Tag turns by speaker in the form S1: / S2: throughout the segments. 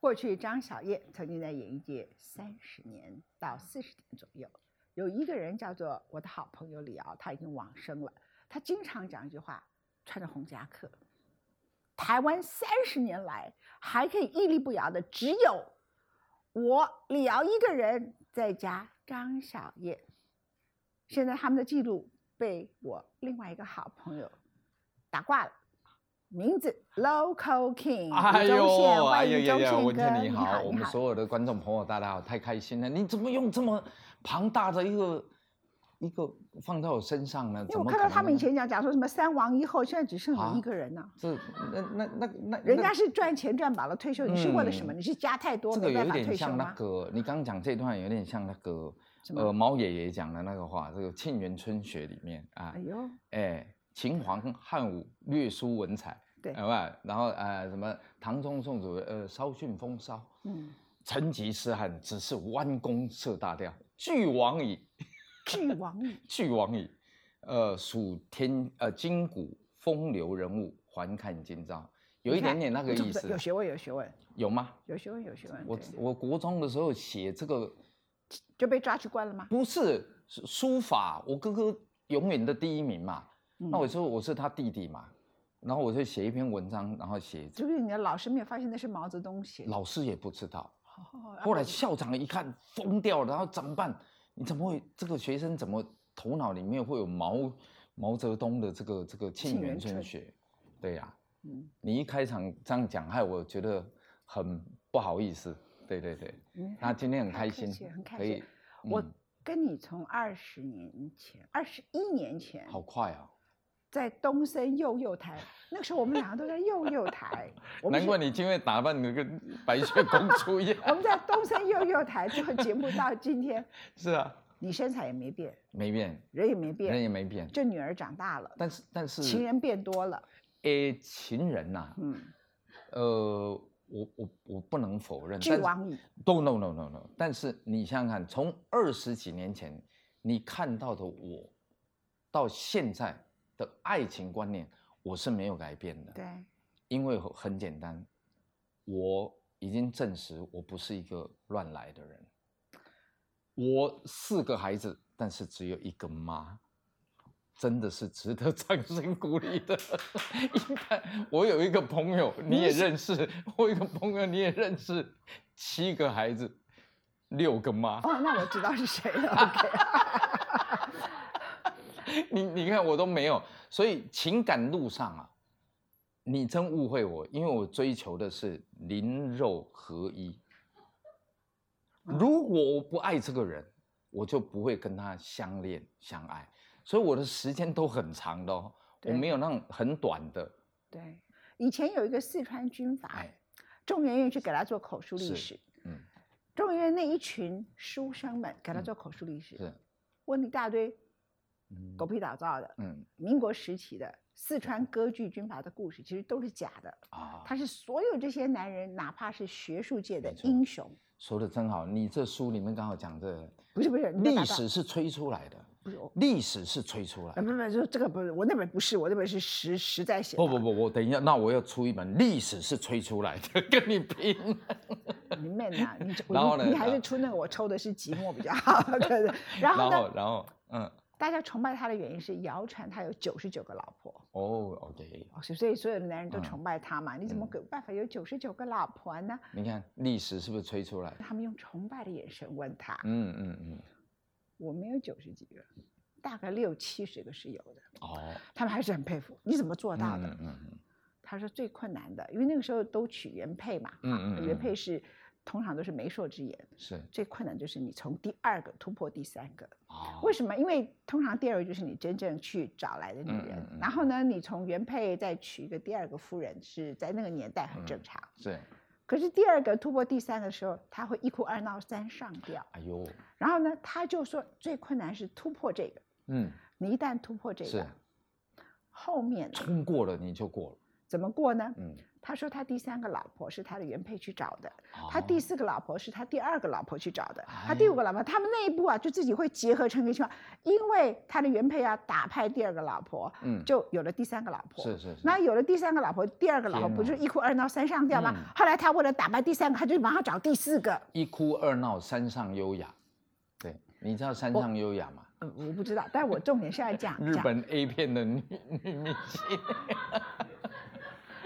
S1: 过去张小燕曾经在演艺界三十年到四十年左右。有一个人叫做我的好朋友李敖，他已经往生了。他经常讲一句话：穿着红夹克。台湾三十年来还可以屹立不摇的，只有我李敖一个人，再加张小燕。现在他们的记录被我另外一个好朋友打挂了，名字 Local King，
S2: 哎
S1: 吴宗宪
S2: 呦，哎
S1: 欢
S2: 呦
S1: 迎
S2: 呀
S1: 周
S2: 呀！
S1: 宪
S2: 文
S1: 哥，
S2: 倩你好，我
S1: 你
S2: 们
S1: 好。
S2: 所有的观众朋友大家好，太开心了！你怎么用这么庞大的一个一个放到我身上呢？
S1: 因为
S2: 怎
S1: 我
S2: 么
S1: 看到
S2: 可能
S1: 他们以
S2: 呢
S1: 前讲讲说什么三王一后，现在只剩
S2: 啊
S1: 你一个人呢、
S2: 这那那那那
S1: 人
S2: 那
S1: 家是赚钱赚饱了退休，你是为了什么？
S2: 嗯
S1: 你是家太多
S2: 这个
S1: 没
S2: 有
S1: 办
S2: 一
S1: 法
S2: 点
S1: 退休
S2: 像那
S1: 吗？
S2: 个，你刚刚讲这段有点像那个，
S1: 什么
S2: 呃，毛爷爷讲的那个话，这个《沁园春·雪》里面啊
S1: 哎， 呦，
S2: 哎，秦皇汉武略输文采，
S1: 对
S2: 好吧？然后呃，什么唐宗宋祖，呃，稍逊风骚，
S1: 嗯，
S2: 成吉思汗只是弯弓射大雕，俱往矣，
S1: 俱往矣。
S2: 俱往矣。呃，数天呃今古风流人物，还看今朝，有一
S1: 你看
S2: 点点那个
S1: 我这不
S2: 意思
S1: 有，学问，有学问，
S2: 有吗？
S1: 有学问，有学问。
S2: 我
S1: 对
S2: 我国中的时候写这个
S1: 就被抓去关了吗？
S2: 不是是书法，我哥哥永远的第一名嘛。
S1: 嗯
S2: 那我说我是他弟弟嘛，然后我就写一篇文章，然后写
S1: 是不是你的老师没有发现那是毛泽东写的？
S2: 老师也不知道。
S1: 哦
S2: 后来校长一看疯掉了，然后怎么办？你怎么会这个学生怎么头脑里面会有毛毛泽东的这个这个沁
S1: 沁
S2: 园
S1: 园
S2: 春
S1: 春
S2: 雪？对呀、
S1: 嗯，
S2: 你一开场这样讲，害我觉得很不好意思。对对对，
S1: 嗯
S2: 那今天很
S1: 太
S2: 开
S1: 客
S2: 心
S1: 气了，很开
S2: 可以
S1: 心，我
S2: 嗯
S1: 跟你从二十年前，二十一年前，
S2: 好快啊！
S1: 在东森幼幼台，那个时候我们两个都在幼幼 台，我们
S2: 难
S1: 是
S2: 怪你今天打扮的跟白雪公 主一
S1: 我
S2: 样。
S1: 们在东森幼幼台做节目到今天，
S2: 是啊，
S1: 你身材也没变，
S2: 没变，
S1: 人也没
S2: 人
S1: 变，
S2: 也没变。
S1: 这女儿长大了，
S2: 但是但是，
S1: 情人变多了，
S2: 诶，情人呐、
S1: 嗯，
S2: 呃，我我我不能否认。
S1: 俱
S2: 但是
S1: 往矣。
S2: No no no no no！但是你想想看，从二十几年前你看到的我，到现在的爱情观念，我是没有改变的。
S1: 对，
S2: 因为很简单，我已经证实我不是一个乱来的人。我四个孩子，但是只有一个妈，真的是值得 掌声鼓励的。一般我有一个朋友，你也认识，我有一个朋友你也认识，七个孩子，六个妈。
S1: 哦，那我知道是谁 了。OK，
S2: 你你看我都没有，所以情感路上啊，你真误会我，因为我追求的是灵肉合一。
S1: 嗯
S2: 如果我不爱这个人，我就不会跟他相恋相爱，所以我的时间都很长的哦，我
S1: 对
S2: 没有那种很短的。
S1: 对，以前有一个四川军阀，
S2: 哎，
S1: 中研院去给他做口述
S2: 是
S1: 历史，
S2: 嗯，
S1: 中研院那一群书生们给他做口述历史，
S2: 是，
S1: 问一大堆
S2: 嗯
S1: 狗屁倒灶的，
S2: 嗯
S1: 民国时期的四川割据军阀的故事，其实都是假的。
S2: 啊，
S1: 他是所有这些男人，哪怕是学术界的
S2: 没错
S1: 英雄，
S2: 说的真好，你这书里面刚好讲这个
S1: 不是不是你没
S2: 历
S1: 打到
S2: 史是吹出来的，
S1: 不是我，
S2: 历史是吹出来
S1: 呃，。
S2: 的
S1: 不不，就这个不是我那本不是我那本是实实在写的。
S2: 不不，不，我等一下，那我要出一本历史是吹出来的， 跟你拼。
S1: 你妹呐，你这
S2: 然后
S1: 你
S2: 呢
S1: 你还是
S2: 啊
S1: 出那个我抽的是寂寞 比较好，对对。然后呢，
S2: 然后，嗯，
S1: 大家崇拜他的原因是谣传他有九十九个老婆，
S2: 哦，OK，
S1: 哦所以所有的男人都
S2: 嗯
S1: 崇拜他嘛，你怎么
S2: 嗯
S1: 有办法有九十九个老婆呢？
S2: 你看历史是不是吹出来的？
S1: 他们用崇拜的眼神问他，
S2: 嗯嗯嗯，
S1: 我没有九十几个，大概六七十个是有的。
S2: 哦，
S1: 他们还是很佩服，你怎么做到的？
S2: 嗯嗯
S1: 他说最困难的，因为那个时候都取原配嘛，
S2: 嗯
S1: 啊
S2: 嗯
S1: 原
S2: 嗯
S1: 配是通常都是媒妁之言，
S2: 是
S1: 最困难就是你从第二个突破第三个。
S2: 哦，
S1: 为什么？因为通常第二个就是你真正去找来的女
S2: 嗯
S1: 人，
S2: 嗯嗯
S1: 然后呢，你从原配再娶一个第二个夫人，是在那个年代很正
S2: 嗯
S1: 常。
S2: 是，
S1: 可是第二个突破第三个的时候，他会一哭二闹三上吊。
S2: 哎呦，
S1: 然后呢，他就说最困难是突破这个，
S2: 嗯，
S1: 你一旦突破这
S2: 是
S1: 个，后面呢
S2: 冲过了你就过了，
S1: 怎么过呢？
S2: 嗯，
S1: 他说他第三个老婆是他的原配去找的，他
S2: 哦
S1: 第四个老婆是他第二个老婆去找的，他
S2: 哎
S1: 第五个老婆，他们内部啊就自己会结合成一个圈，因为他的原配要打败第二个老婆，
S2: 嗯
S1: 就有了第三个老婆。
S2: 是是是，
S1: 那有了第三个老婆，第二个老婆
S2: 天
S1: 不是
S2: 哪
S1: 一哭二闹三上吊吗？
S2: 嗯
S1: 后来他为了打败第三个，他就马上找第四个。
S2: 一哭二闹三上优雅，对，你知道三上优雅吗？
S1: 呃我不知道，但我重点是要讲
S2: 日
S1: 讲，
S2: 本 A 片的女女明星，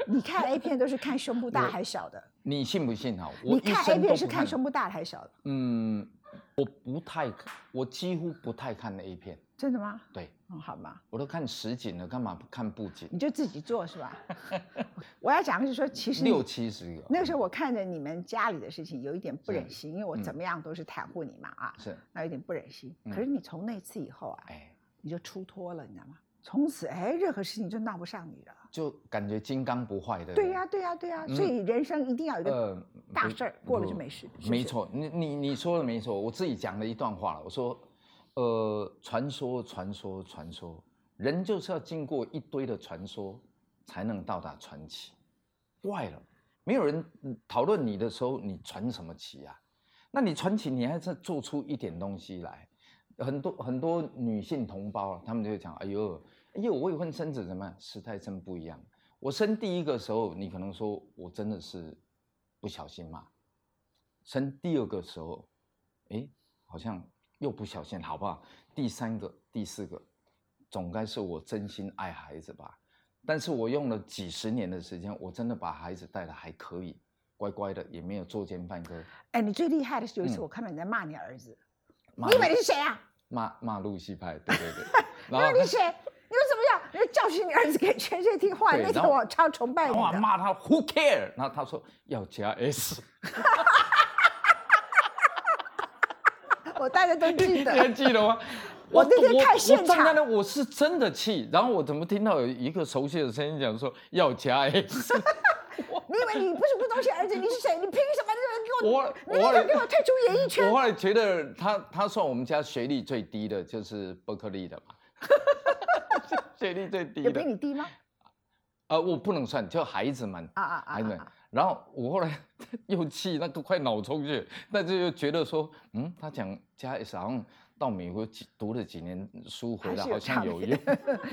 S1: 你看 A 片都是看胸部大还是小的，
S2: 你信不信啊？我
S1: 你
S2: 一
S1: 看 A
S2: 生都
S1: 片是
S2: 不
S1: 看胸部大的还是 小的，
S2: 嗯，我不太看，我几乎不太看 A 片，
S1: 真的吗？
S2: 对
S1: 嗯，好吗？
S2: 我都看实景了，干嘛不看布景？
S1: 你就自己做是 吧？我要讲的是说，其实你
S2: 六七十个，
S1: 那个时候我看着你们家里的事情，有一点不忍
S2: 是
S1: 心，因为我
S2: 嗯
S1: 怎么样都是袒护你嘛啊，
S2: 是，
S1: 那有点不忍心。可
S2: 嗯
S1: 是你从那次以后啊，
S2: 哎，
S1: 你就出脱了，你知道吗？从此哎，任何事情就闹不上你了。
S2: 就感觉金刚不坏的。
S1: 对呀、，对呀、对呀、
S2: 嗯
S1: 所以人生一定要有一个
S2: 呃，
S1: 大
S2: 不
S1: 事儿过了就
S2: 不
S1: 没事是不
S2: 没
S1: 是
S2: 错，你你你说的没错，我自己讲了一段话了，我说，呃，传说传说传说，人就是要经过一堆的传说，才能到达传奇。怪了，没有人嗯讨论你的时候，你传什么奇啊？那你传奇，你还是做出一点东西来。很多很多女性同胞啊，她们就会讲：“哎呦，哎呦，未婚生子怎么样？时代真不一样。我生第一个时候，你可能说我真的是不小心嘛；生第二个时候，哎，好像又不小心，好不好？第三个、第四个，总该是我真心爱孩子吧。但是我用了几十年的时间，我真的把孩子带的还可以，乖乖的，也没有作奸犯科。
S1: 哎，你最厉害的是有一次
S2: 嗯
S1: 我看到你在骂你儿子，
S2: 骂
S1: 你以为你是谁啊？
S2: 骂骂露西派，对对对。
S1: 你
S2: 然
S1: 以
S2: 后
S1: 为你是谁？你又怎么样？你就教训你儿子给全世界听话。
S2: 对
S1: 那天
S2: 然后
S1: 我超崇拜
S2: 然
S1: 你
S2: 后我
S1: 的。
S2: 骂他 Who care？然后他说要加 S，
S1: 我大家都记
S2: 你
S1: 得。
S2: 还记得吗？
S1: 我那天
S2: 我
S1: 看现
S2: 我站在
S1: 场
S2: 那我是真的气。然后我怎么听到有一个熟悉的声音讲说要加 S？
S1: 你以为你不是吴宗宪儿子，你是谁？你凭什么你给我？
S2: 我
S1: 你
S2: 我
S1: 那个给我退出演艺
S2: 我
S1: 圈！
S2: 后来觉得他他算我们家学历最低的，就是伯克利的 嘛，学历最低
S1: 有比
S2: 的。
S1: 你低吗？
S2: 呃，我不能算，就孩子们
S1: 啊啊啊！
S2: 孩子们
S1: 啊啊。
S2: 然后我后来又气那个快脑充血，但是又觉得说，嗯，他讲加 S 好像到美国几读了几年书回
S1: 啊还
S2: 来
S1: 是有
S2: 好像
S1: 道
S2: 有
S1: 理
S2: 用，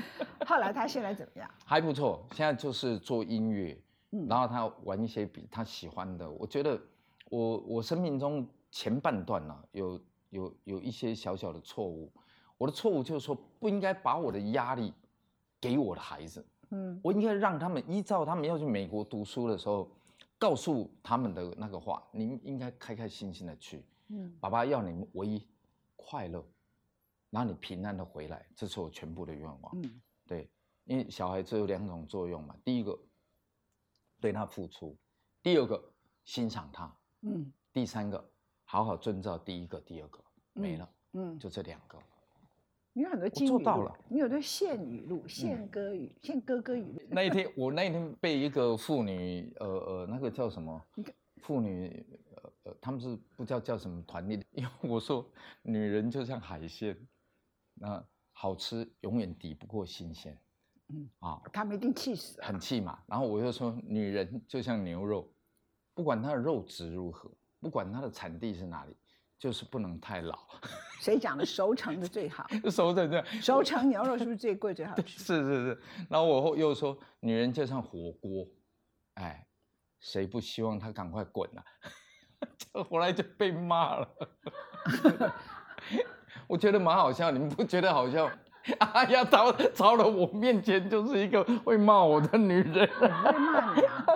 S1: 后来他现在怎么样？
S2: 还不错。现在就是做音乐，
S1: 嗯
S2: 然后他玩一些比他喜欢的。我觉得我我生命中前半段呢、有有有一些小小的错误。我的错误就是说，不应该把我的压力给我的孩子。
S1: 嗯，
S2: 我应该让他们依照他们要去美国读书的时候，告诉他们的那个话，你们应该开开心心的去。
S1: 嗯
S2: 爸爸要你们唯一快乐，然后你平安的回来，这是我全部的愿望。
S1: 嗯
S2: 对，因为小孩子有两种作用嘛，第一个对他付出，第二个欣赏他，
S1: 嗯
S2: 第三个好好遵照第一个、第二个，没
S1: 嗯
S2: 了，
S1: 嗯，
S2: 就这两个。
S1: 你有很多金
S2: 做
S1: 语
S2: 到
S1: 录
S2: 了，嗯
S1: 你有的现语录、现歌语、现歌歌语录。
S2: 那一天，我那一天被一个妇女，呃呃，那个叫什么
S1: 你看？
S2: 妇女，呃呃，他们是不知道叫什么团体， 因为我说女人就像海鲜，那好吃永远抵不过新鲜，
S1: 嗯
S2: 嗯啊，
S1: 他们一定气死了。
S2: 很气嘛。然后我又说，女人就像牛肉，不管它的肉质如何，不管它的产地是哪里，就是不能太老，
S1: 谁讲的熟成的最好？
S2: 熟成这样。
S1: 熟成牛肉是不是最贵最好吃？
S2: 是是是，然后我后又说，女人就像火锅，哎，谁不希望她赶快滚啊？ 就后来就被骂了， 我觉得蛮好笑，你们不觉得好笑？ 哎呀，到到了我面前就是一个会骂我的女人，
S1: 我会骂你啊！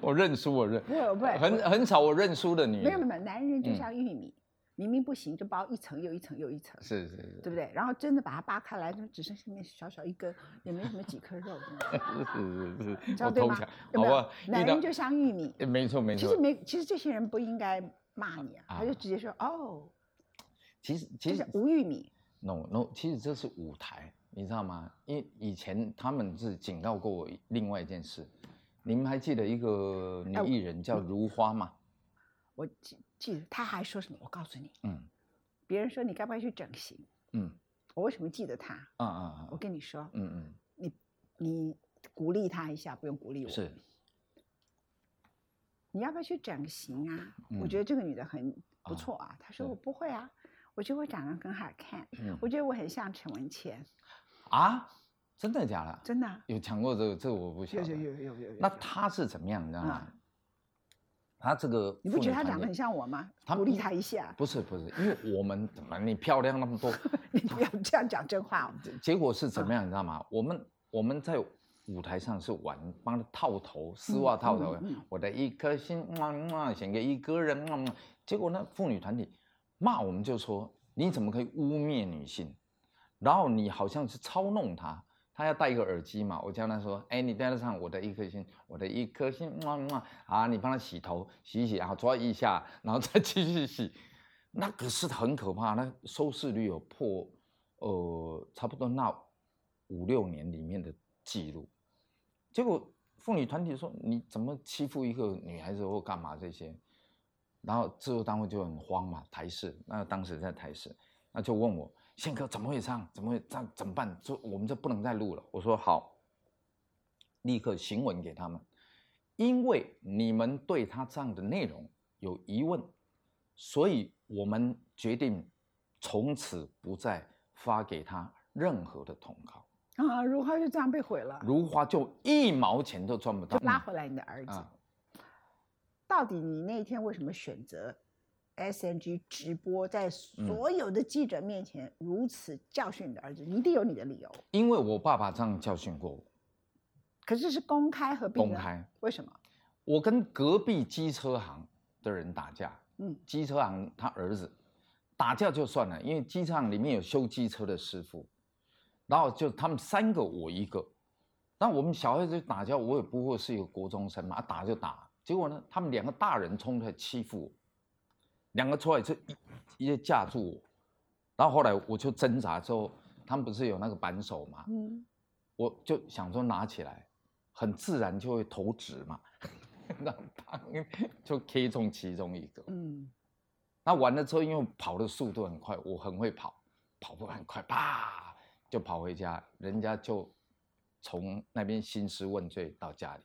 S2: 我认输，我认，
S1: 不会不会，
S2: 很很少我认输的女
S1: 没有没有
S2: 人，
S1: 没有，男人就
S2: 嗯
S1: 像玉米，明明不行就包一层又一层又一层。
S2: 是是是
S1: 对不对？然后真的把它扒开来，就只剩下面小小一根，也没什么几颗 肉，
S2: 啊是是
S1: 啊你
S2: 是
S1: 知
S2: 是，
S1: 道
S2: 我
S1: 对
S2: 投
S1: 吗
S2: 降，？
S1: 有
S2: 好
S1: 没
S2: 吧
S1: 有？，男
S2: 遇到
S1: 人就像玉米，
S2: 哎没错没
S1: 其
S2: 错
S1: 实，没，其实这些人不应该骂你啊，他就
S2: 啊
S1: 直接说哦，
S2: 其实
S1: 就
S2: 其
S1: 是
S2: 实
S1: 无玉米，
S2: no no，其实这是舞台，你知道吗？因为以前他们是警告过我另外一件事，你们还记得一个女
S1: 哎我
S2: 艺人叫如花吗？
S1: 我记记得他还说什么？我告诉你，
S2: 嗯
S1: 别人说你该不该去整形？
S2: 嗯
S1: 我为什么记得他？
S2: 啊啊
S1: 我
S2: 啊，
S1: 跟你说，
S2: 嗯嗯，
S1: 你鼓励他一下，不用鼓励我。
S2: 是，
S1: 你要不要去整个形啊？我
S2: 嗯
S1: 觉得这个女的很不
S2: 啊
S1: 错啊。她说
S2: 是
S1: 我不会啊，我觉得我长得很好看，
S2: 嗯
S1: 我觉得我很像陈文茜，
S2: 啊，真的假的？
S1: 真的啊。
S2: 有讲过这个，这个我不晓
S1: 有
S2: 得。
S1: 有有有有有。
S2: 那
S1: 有
S2: 她是怎么样？你知道吗
S1: 啊？
S2: 她这个
S1: 你不
S2: 妇
S1: 觉
S2: 女
S1: 得她
S2: 团
S1: 长得
S2: 队
S1: 很像我吗？
S2: 她
S1: 鼓励
S2: 不
S1: 她一下，
S2: 不是不是，因为我们怎么你漂亮那么多，
S1: 你不要这样讲真话哦。
S2: 结结果是怎么样？你知道吗？我们我们在舞台上是玩帮他套头， 丝
S1: 嗯
S2: 袜套头。
S1: 嗯嗯
S2: 我的一颗心，嘛嘛，献给一个人，嘛嘛。结果呢，妇女团体骂我们就说：“你怎么可以污蔑女性？然后你好像是操弄她。”她要戴一个耳机嘛，我叫她说：“哎，你戴得上我的一颗心，我的一颗心，嘛嘛啊！你帮她洗头，洗一洗啊，抓一下，然后再继续洗。” 那个是很可怕，那收视率有破，呃，差不多那五六年里面的记录。结果妇女团体说你怎么欺负一个女孩子或干嘛这些，然后制作单位就很慌嘛，台视那当时在台视，那就问我宪哥怎么会这样，怎么会这样，怎么办？就我们这不能再录了。我说好，立刻行文给他们，因为你们对他这样的内容有疑问，所以我们决定从此不再发给他任何的通告。
S1: 啊，如花就这样被毁了，
S2: 如花就一毛钱都赚不到
S1: 就。拉回来你的儿子
S2: 啊。
S1: 到底你那一天为什么选择 S N G 直播，在
S2: 嗯
S1: 所有的记者面前如此教训你的儿子？你一定有你的理由。
S2: 因为我爸爸这样教训过我，
S1: 可是是公开和
S2: 公，开。
S1: 为什么？
S2: 我跟隔壁机车行的人打架，
S1: 嗯
S2: 机车行他儿子打架就算了，因为机车行里面有修机车的师傅，然后就他们三个我一个，那我们小孩子打架，我也不会是一个国中生嘛，啊打就打。结果呢，他们两个大人冲出来欺负我，两个出来就一一个架住我，然后后来我就挣扎之后，他们不是有那个扳手嘛，
S1: 嗯，
S2: 我就想说拿起来，很自然就会投掷嘛， 那当就 K 中其中一个。
S1: 嗯，
S2: 那完了之后，因为我跑的速度很快，我很会跑，跑步很快，啪就跑回家，人家就从那边兴师问罪到家里。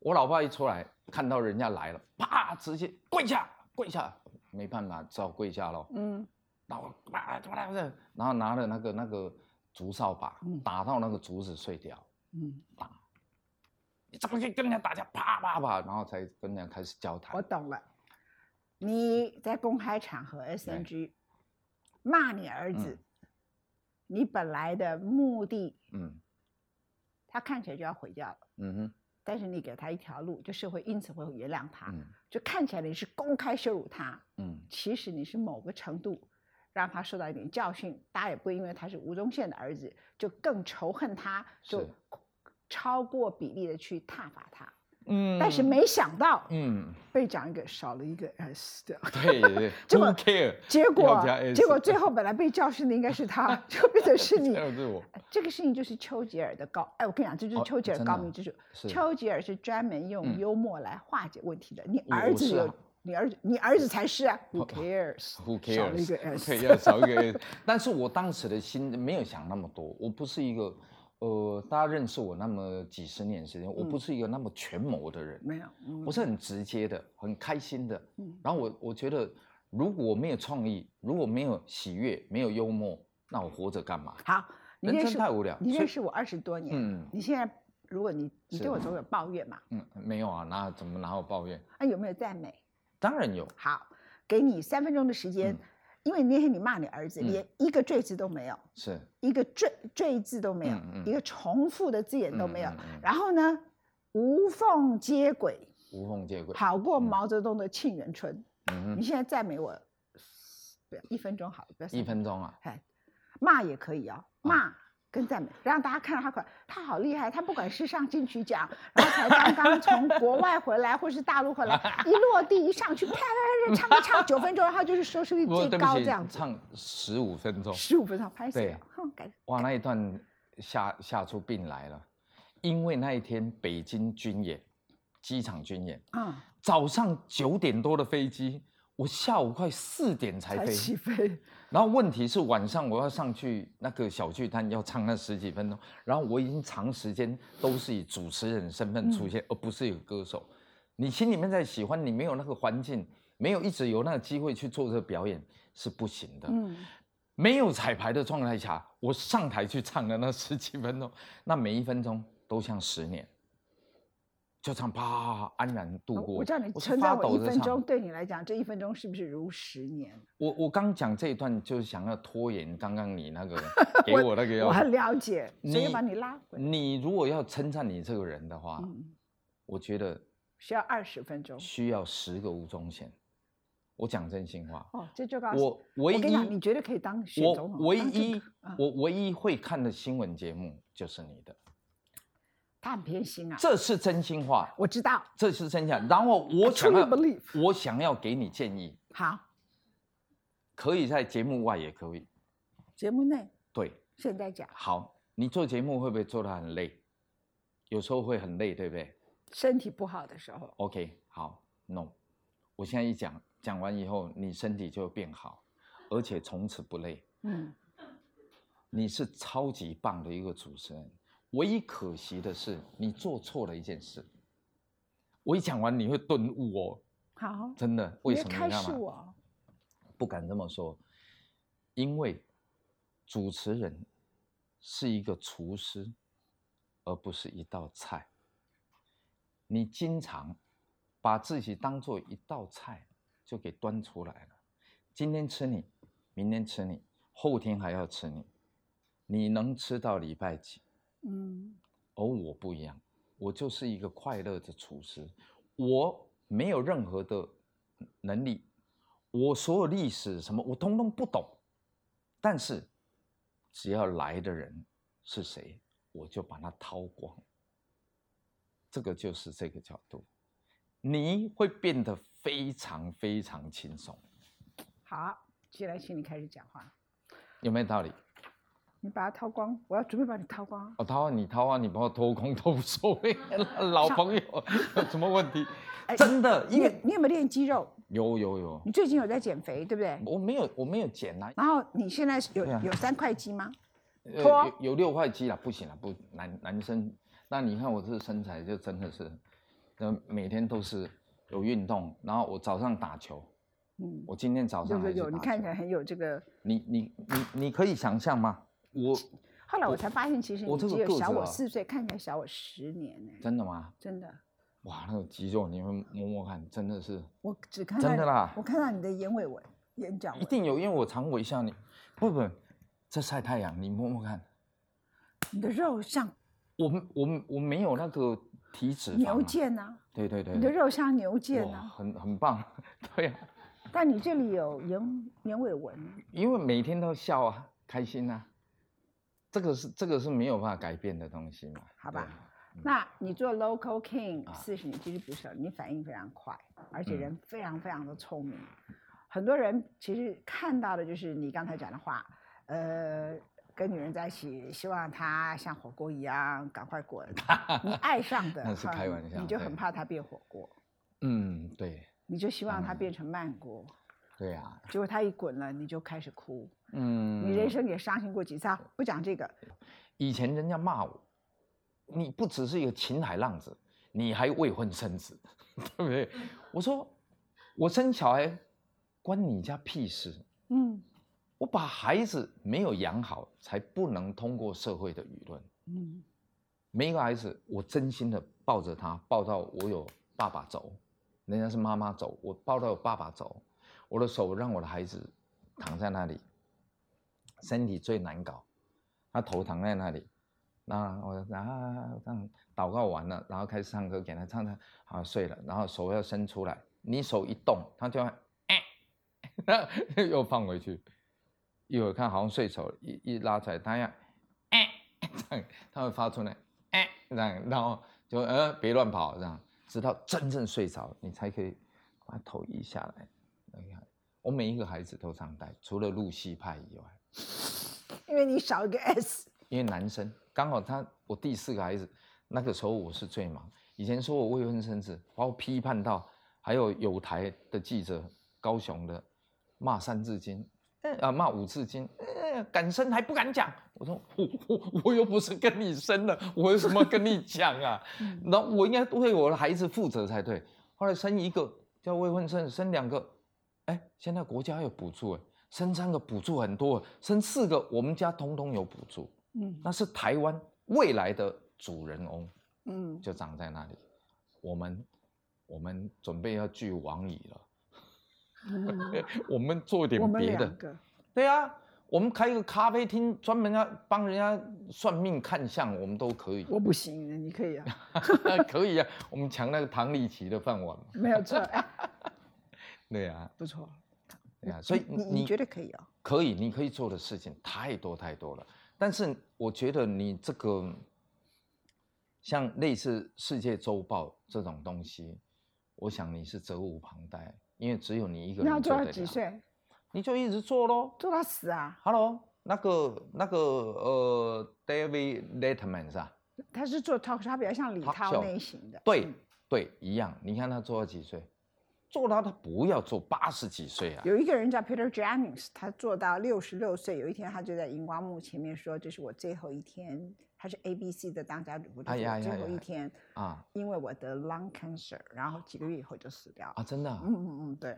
S2: 我老爸一出来，看到人家来了，啪直接跪下，跪下，没办法，只好跪下喽。
S1: 嗯，
S2: 然后啪啪啪，然后拿了那个那个竹扫把
S1: 嗯
S2: 打到那个竹子碎掉。
S1: 嗯，
S2: 你怎么可以跟人家打架？啪啪啪，然后才跟人家开始交谈
S1: 我。懂了。你在公开场合 S N G 骂你儿子，你本来的目的，
S2: 嗯
S1: 他看起来就要毁掉了。
S2: 嗯哼
S1: 但是你给他一条路，就社会因此会原谅他，
S2: 嗯
S1: 就看起来你是公开羞辱他，
S2: 嗯
S1: 其实你是某个程度让他受到一点教训，大家也不会因为他是吴宗宪的儿子就更仇恨他，就是超过比例的去挞伐他。
S2: 嗯
S1: 但是没想到
S2: 嗯，
S1: 被讲一个少了一个 s 的，
S2: 对对
S1: 这
S2: ，Who
S1: 么
S2: care？
S1: 结果
S2: 要加 S
S1: 结果最后本来被教训的应该是 他，就变成是你。
S2: 要是我
S1: 这个事情就是丘吉尔的高，哎，我跟你讲，这就是
S2: 哦
S1: 丘吉尔
S2: 真的
S1: 高
S2: 啊
S1: 明之处。
S2: 是
S1: 丘吉尔是专门用
S2: 嗯
S1: 幽默来化解问题的。你
S2: 我
S1: 儿
S2: 我
S1: 子
S2: 是
S1: 有，
S2: 啊
S1: 你儿子，你儿子才是啊。Who
S2: 我
S1: cares？
S2: Who
S1: 少了一 个
S2: cares？对，
S1: S。
S2: 要少一个 S。但 是我当时的心没有想那么多，我不是一个呃，大家认识我那么几十年时间，我不是一个那么权谋的人，
S1: 嗯没有，嗯
S2: 我是很直接的，很开心的。
S1: 嗯
S2: 然后我我觉得，如果没有创意，如果没有喜悦，没有幽默，那我活着干嘛？
S1: 好，你
S2: 人
S1: 认
S2: 生
S1: 识
S2: 太无聊
S1: 你
S2: 所
S1: 认
S2: 以
S1: 识我二十多年，
S2: 嗯
S1: 你现在如果你你对
S2: 是
S1: 我总有抱怨嘛，
S2: 嗯，没有啊，哪怎么哪有抱怨？
S1: 啊有没有赞美？
S2: 当然有，
S1: 好，给你三分钟的时间
S2: 嗯，
S1: 因为那天你骂你儿子，
S2: 嗯
S1: 连一个赘字都没有，
S2: 是
S1: 一个赘赘字都没有
S2: 嗯，嗯
S1: 一个重复的字眼都没有
S2: 嗯嗯嗯，
S1: 然后呢，无缝接轨，
S2: 无缝接轨。
S1: 好过毛泽东的《沁园春》。
S2: 嗯
S1: 你
S2: 哼，
S1: 现在赞美我，不要一分钟好了，不要三
S2: 一分钟啊，
S1: 哎，骂也可以哦，骂跟赞美，让大家看到他快，他好厉害，他不管是上金曲奖，然后才刚 刚从国外回来，或是大陆回来，一落地一上去，啪啪啪唱歌唱九分钟，然后就是收视率
S2: 不过
S1: 最
S2: 对不
S1: 高
S2: 起
S1: 这样，子，
S2: 唱十五分钟，
S1: 十五分钟拍死
S2: 对
S1: 了，哼，感
S2: 哇，那一段吓吓出病来了，因为那一天北京军演，机场军演，
S1: 啊，
S2: 早上九点多的飞机，我下午快四点才
S1: 才
S2: 飞，
S1: 起飞，
S2: 然后问题是晚上我要上去那个小巨蛋要唱那十几分钟，然后我已经长时间都是以主持人身份出
S1: 嗯
S2: 现，而不是一个歌手。你心里面在喜欢，你没有那个环境，没有一直有那个机会去做这个表演是不行的。
S1: 嗯，
S2: 没有彩排的状态下，我上台去唱的那十几分钟，那每一分钟都像十年，就这样啪安然度过。
S1: 我叫你
S2: 是
S1: 称赞
S2: 发
S1: 我
S2: 抖
S1: 一
S2: 着
S1: 分
S2: 唱
S1: 钟，对你来讲，这一分钟是不是如十 年？
S2: 我我刚讲这一段就是想要拖延刚刚你 那个给我那个要
S1: 我很了解，所以
S2: 啊你
S1: 把你拉回来，
S2: 你如果要称赞你这个人的话，
S1: 嗯，
S2: 我觉得
S1: 需要二十分钟。
S2: 需要十个吴宗宪。我讲真心话，
S1: 哦，这就告诉
S2: 我唯
S1: 我跟你讲，
S2: 一
S1: 你绝对可以当选
S2: 我
S1: 总统。
S2: 唯
S1: 当这
S2: 一
S1: 个嗯
S2: 我唯一会看的新闻节目就是你的，
S1: 他很偏心啊，
S2: 这是真心话，
S1: 我知道。
S2: 这是真相。然后
S1: I
S2: 我想
S1: truly
S2: 要
S1: believe
S2: 我想要给你建议，
S1: 好，
S2: 可以在节目外也可以。
S1: 节目内
S2: 对，
S1: 现在讲，
S2: 好，你做节目会不会做得很累？有时候会很累，对不对？
S1: 身体不好的时候，
S2: OK，好，No，我现在一讲，讲完以后，你身体就会变好，而且从此不累。
S1: 嗯，
S2: 你是超级棒的一个主持人，唯一可惜的是你做错了一件事。我一讲完你会顿悟哦，
S1: 好，
S2: 真的，为
S1: 别
S2: 什么
S1: 开
S2: 你知道
S1: 始
S2: 吗？
S1: 我，
S2: 不敢这么说，因为主持人是一个厨师，而不是一道菜。你经常把自己当做一道菜，就给端出来了。今天吃你，明天吃你，后天还要吃你，你能吃到礼拜几？
S1: 嗯，
S2: 而我不一样，我就是一个快乐的厨师，我没有任何的能力，我所有历史什么我通通不懂，但是只要来的人是谁，我就把他掏光。这个就是这个角度，你会变得非常非常轻松，
S1: 好，既然请你开始讲话，
S2: 有没有道理？
S1: 你把它掏光，我要准备把你掏光。
S2: 我、掏啊，你掏啊，你把我脱空都无所谓了，老朋友有什么问题？
S1: 哎
S2: 真的，
S1: 你
S2: 因
S1: 有
S2: 为
S1: 你有没有练肌肉？
S2: 有有有
S1: 你，最近有在减肥，对不对？
S2: 我没有我没有减啊，
S1: 然后你现在是有
S2: 对啊
S1: 有三块肌吗？
S2: 呃
S1: 脱啊
S2: 有有六块肌啦，不行啦，不男男生，那你看我这身材就真的是，呃，每天都是有运动，然后我早上打球，
S1: 嗯，
S2: 我今天早
S1: 有
S2: 上
S1: 有
S2: 还是
S1: 有，你
S2: 打
S1: 看
S2: 球
S1: 起来很有这个。
S2: 你你你你可以想象吗？我
S1: 后来我才发现，其实
S2: 我
S1: 你
S2: 这
S1: 只
S2: 个
S1: 有
S2: 个
S1: 小
S2: 子
S1: 我
S2: 啊
S1: 四岁，看起来小我十年呢、
S2: 真的吗？
S1: 真的。
S2: 哇，那个肌肉你们摸摸看，真的是
S1: 我只看到
S2: 真的
S1: 你
S2: 啦
S1: 我看到你的眼尾纹、眼角
S2: 一
S1: 纹，
S2: 定有，因为我常微笑你，不不，这晒太阳，你摸摸看，
S1: 你的肉像
S2: 我们我们我没有那个体脂肪、啊，
S1: 牛腱呐、
S2: 对对对，
S1: 你的肉像牛腱啊
S2: 哇
S1: 呐、
S2: 很很棒， 对啊。
S1: 但你这里有眼眼尾纹，
S2: 因为每天都笑啊，开心啊，这个是这个是没有办法改变的东西嘛。
S1: 好
S2: 对嗯
S1: 吧？那你做 local king
S2: 啊
S1: 四十年，其实不是，你反应非常快，而且
S2: 嗯
S1: 人非常非常的聪明。很多人其实看到的就是你刚才讲的话，呃，跟女人在一起，希望她像火锅一样赶快 滚。你爱上的，
S2: 那是
S1: 哈
S2: 开玩笑
S1: 你就很
S2: 对
S1: 怕她变火锅，
S2: 嗯，对
S1: 你就希望她
S2: 嗯
S1: 变成慢锅。
S2: 对啊，
S1: 结果她一滚了，你就开始哭。
S2: 嗯，
S1: 你人生也伤心过几次啊？不讲这个，
S2: 以前人家骂我，你不只是一个情海浪子，你还未婚生子， 对不对？我说我生小孩关你家屁事，
S1: 嗯
S2: 我把孩子没有养好，才不能通过社会的舆论。
S1: 嗯
S2: 每一个孩子，我真心的抱着他，抱到我有爸爸走，人家是妈妈走，我抱到有爸爸走，我的手让我的孩子躺在那里，身体最难搞，他头躺在那里，那我然后这样祷告完了，然后开始唱歌给他唱唱，啊睡了，然后手要伸出来，你手一动，他就会哎， 又放回去，一会儿看好像睡熟了，一一拉出来，他要哎。 这样，他会发出那哎这样，然后就呃别乱跑这样，直到真正睡着，你才可以把头移下来。你看，我每一个孩子都这样带，除了露西派以外，
S1: 因为你少一个 s，
S2: 因为男生刚好他我第四个孩子，那个时候我是最忙。以前说我未婚生子，把我批判到，还有有台的记者高雄的骂三字经，呃啊骂五字经，呃敢生还不敢讲。我说我我我又不是跟你生的，我有什么跟你讲啊？那我应该为我的孩子负责才对。后来生一个叫未婚生，生两个，哎，现在国家有补助哎，生三个补助很多，生四个我们家通通有补助，
S1: 嗯
S2: 那是台湾未来的主人翁。
S1: 嗯，
S2: 就长在那里。我们我们准备要聚王乙了，
S1: 嗯
S2: 我们做点
S1: 我们
S2: 别的
S1: 两。个，
S2: 对啊，我们开一个咖啡厅，专门要帮人家算命看相，我们都可以。
S1: 我不行，你可以啊，
S2: 可以啊，我们抢那个唐立奇的饭碗嘛。
S1: 没有错，哎，
S2: 对啊，
S1: 不错，
S2: 对啊，所以
S1: 你你觉得可以哦？
S2: 可以，你可以做的事情太多太多了。但是我觉得你这个像类似《世界周报》这种东西，我想你是责无旁贷，因为只有你一个
S1: 那要
S2: 人
S1: 做
S2: 做
S1: 到
S2: 得
S1: 几
S2: 了。
S1: 岁？
S2: 你就一直做咯。
S1: 做到死啊？
S2: Hello，那个那个呃，David Letterman 是吧？
S1: 他是做 talk show，他比较像李
S2: Talk
S1: 涛
S2: show
S1: 那一型的。
S2: 对、
S1: 嗯
S2: 对，一样。你看他做到几岁？做到他不要做八十几岁啊！
S1: 有一个人叫 Peter Jennings，他做到六十六岁，有一天他就在荧光幕前面说：“这是我最后一天。”他是 ABC 的当家主播，这
S2: 哎
S1: 是
S2: 呀
S1: 我最
S2: 呀
S1: 后
S2: 呀
S1: 一天，
S2: 啊
S1: 因为我得 lung cancer，然后几个月以后就死掉了。
S2: 啊，真的啊、
S1: 嗯嗯嗯，对，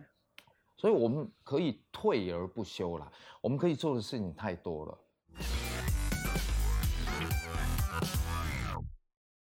S2: 所以我们可以退而不休啦，我们可以做的事情太多了。